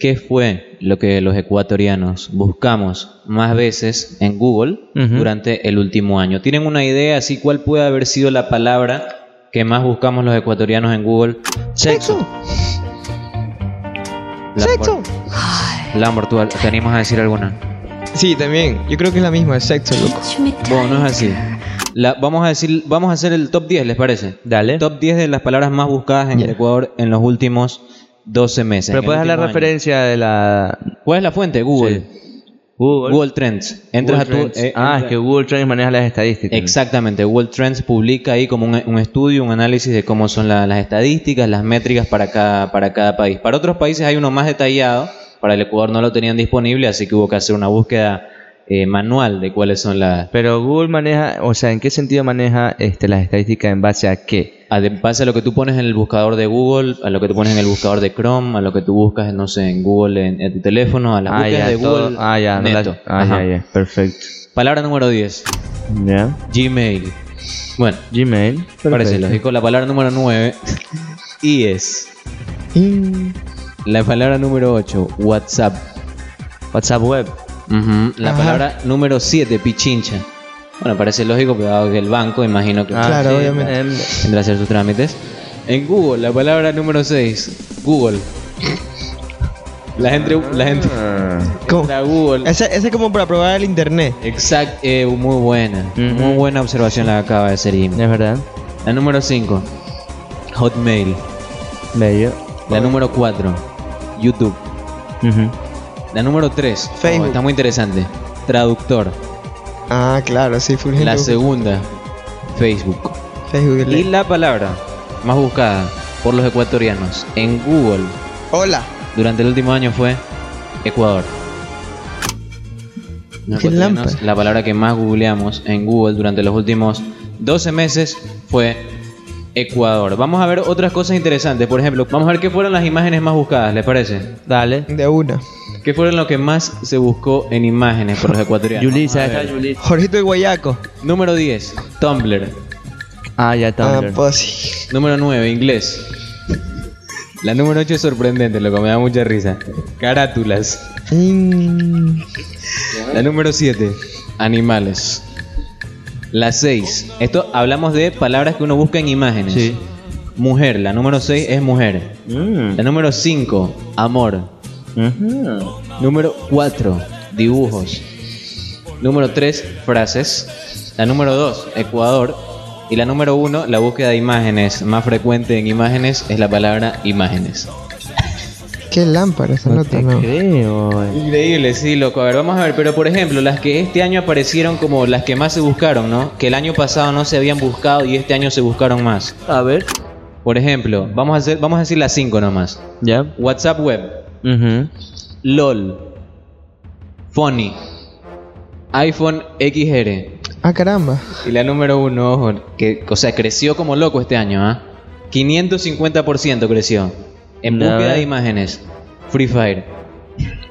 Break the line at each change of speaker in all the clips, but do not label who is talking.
¿qué fue lo que los ecuatorianos buscamos más veces en Google
Ujú.
durante el último año? ¿Tienen una idea así cuál puede haber sido la palabra que más buscamos los ecuatorianos en Google? Sexo. La
¡Sexo!
Lambert, ¿tú te animas a decir alguna?
Sí, también. Yo creo que es la misma, es sexo, loco.
Bueno, no es así. La- vamos a decir, vamos a hacer el top 10, ¿les parece?
Dale.
Top 10 de las palabras más buscadas en
Ya.
Ecuador en los últimos 12 meses.
Pero
en el
puedes dar la
último año.
referencia de la.
¿Cuál es la fuente? Google.
Google.
Google. Trends. Entras
Google
a tu.
Trends.
eh,
ah,
entra-
es que Google Trends maneja las estadísticas.
Exactamente, Google Trends publica ahí como un, un estudio, un análisis de cómo son la- las estadísticas, las métricas para cada, para cada país. Para otros países hay uno más detallado, para el Ecuador no lo tenían disponible, así que hubo que hacer una búsqueda eh, manual de cuáles son las...
Pero Google maneja, o sea, ¿en qué sentido maneja este, las estadísticas en base a qué?
a- de- en base a lo que tú pones en el buscador de Google, a lo que tú pones en el buscador de Chrome, a lo que tú buscas, no sé, en Google, en, en tu teléfono, a las
ah,
búsquedas
ya,
de
todo-
Google.
ah, ya, no las-
neto.
ah,
Ajá.
ya, ya, perfecto.
Palabra número 10,
Ya.
Gmail. Bueno,
Gmail. perfecto.
parece lógico. La palabra número 9, y es...
Y-
La palabra número 8, WhatsApp.
WhatsApp Web.
Ujú. La
Ajá.
palabra número 7, pichincha. Bueno, parece lógico, pero dado que el banco, imagino que
Ah,
Claro,
sí,
obviamente.
em,
tendrá que hacer sus trámites. En Google, la palabra número 6, Google. La gente, la gente
Ah.
¿Cómo?
entra a Google.
Ese, ese es como para probar el internet.
Exacto, muy buena.
Ujú.
Muy buena observación la que acaba de hacer Jimmy.
es verdad.
La número 5, Hotmail.
Bello.
La número 4, YouTube.
Ujú.
La número 3,
Facebook.
está muy interesante, traductor.
Ah, claro, sí, full
La
gente.
segunda, Facebook.
Facebook.
Y la palabra más buscada por los ecuatorianos en Google
Hola.
durante el último año fue Ecuador. Los
Qué
ecuatorianos,
lámpara.
la palabra que más googleamos en Google durante los últimos 12 meses fue Ecuador. Vamos a ver otras cosas interesantes. Por ejemplo, vamos a ver qué fueron las imágenes más buscadas, ¿les parece?
Dale.
De una.
¿Qué fueron lo que más se buscó en imágenes por los ecuatorianos?
Yulisa,
Vamos a
está
ver.
Yulisa.
Jorgito el Guayaco.
Número 10, Tumblr.
Ah, ya
Ah,
Tumblr.
pues sí.
Número 9, inglés. La número 8 es sorprendente, lo que me da mucha risa. Carátulas.
Mm,
La número 7, animales. La 6, esto hablamos de palabras que uno busca en imágenes.
Sí.
Mujer, la número 6 es mujer.
Mm.
La número 5, amor.
Ujú.
Número 4, dibujos. Número 3, frases. La número 2, Ecuador. Y la número 1, la búsqueda de imágenes. Más frecuente en imágenes es la palabra imágenes.
qué lámpara esa
No
nota,
te
¿no?
creo. eh.
Increíble, sí, loco. A ver, vamos a ver, pero por ejemplo, las que este año aparecieron como las que más se buscaron, ¿no? Que el año pasado no se habían buscado y este año se buscaron más.
A ver.
Por ejemplo, vamos a, hacer, vamos a decir las 5 nomás.
Ya.
WhatsApp Web,
Ujú.
LOL, Funny, iPhone XR.
Ah, caramba.
Y la número 1, ojo, que, o sea, creció como loco este año, ¿ah? 550% creció. En
Ya
búsqueda
ves.
de imágenes. Free Fire.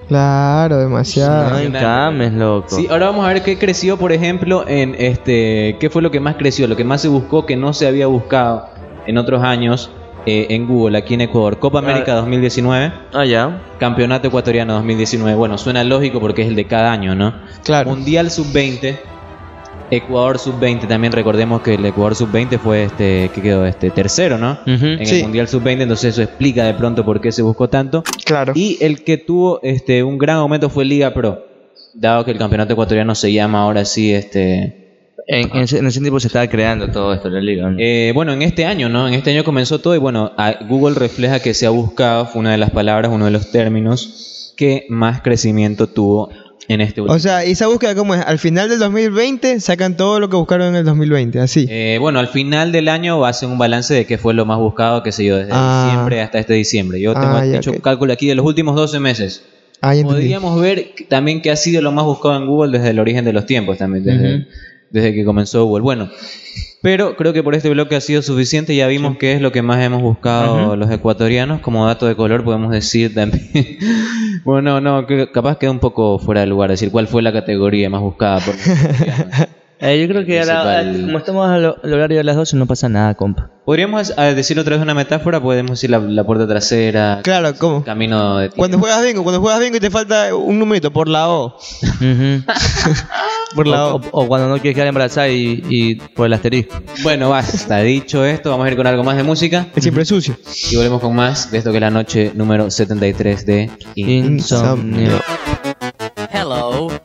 Claro, demasiado.
No encames, loco.
Sí, ahora vamos a ver qué creció, por ejemplo, en este. ¿Qué fue lo que más creció? Lo que más se buscó que no se había buscado en otros años eh, en Google, aquí en Ecuador. Copa América 2019,
Ah, ya.
Campeonato Ecuatoriano 2019. Bueno, suena lógico porque es el de cada año, ¿no?
Claro.
Mundial Sub-20, Ecuador Sub-20. También recordemos que el Ecuador Sub-20 fue este. que quedó? Este tercero, ¿no?
Ujú.
En
Sí.
el Mundial Sub-20, entonces eso explica de pronto por qué se buscó tanto.
Claro.
Y el que tuvo este un gran aumento fue Liga Pro, dado que el campeonato ecuatoriano se llama ahora sí este
En, en ese- en ese tiempo se estaba creando todo esto, la liga. ¿no?
eh, bueno, en este año, ¿no? En este año comenzó todo y bueno, a- Google refleja que se ha buscado, fue una de las palabras, uno de los términos que más crecimiento tuvo en este último.
O sea, ¿y esa búsqueda cómo es? Al final del 2020 sacan todo lo que buscaron en el 2020, así.
Eh, bueno, al final del año hacen un balance de qué fue lo más buscado, qué sé yo, desde
Ah.
diciembre hasta este diciembre. Yo tengo
Ah, ya,
hecho
ok.
un cálculo aquí de los últimos 12 meses.
ah, ya entendí.
Podríamos ver que- también que ha sido lo más buscado en Google desde el origen de los tiempos, también desde,
Ujú.
desde que comenzó Google. Bueno, pero creo que por este bloque ha sido suficiente. Ya vimos qué es lo que más hemos buscado
Ujú.
los ecuatorianos. Como dato de color podemos decir también... bueno, no, no, que- capaz queda un poco fuera de lugar decir cuál fue la categoría más buscada por los ecuatorianos
Eh, yo creo que ahora,
Principal-
eh, como estamos al al horario de las 12, no pasa nada, compa.
Podríamos eh, decir otra vez una metáfora, podemos decir la, la puerta trasera,
Claro, ¿cómo?
camino de tierra.
Cuando juegas bingo, cuando juegas bingo y te falta un numerito por la O.
Ujú.
Por la
o,
O.
o- o cuando no quieres quedar embarazada y, y por el asterisco.
Bueno, basta, dicho esto, vamos a ir con algo más de música
Es siempre sucio.
y volvemos con más de esto que es la noche número 73 de In-
Insomnio.
Insomnio.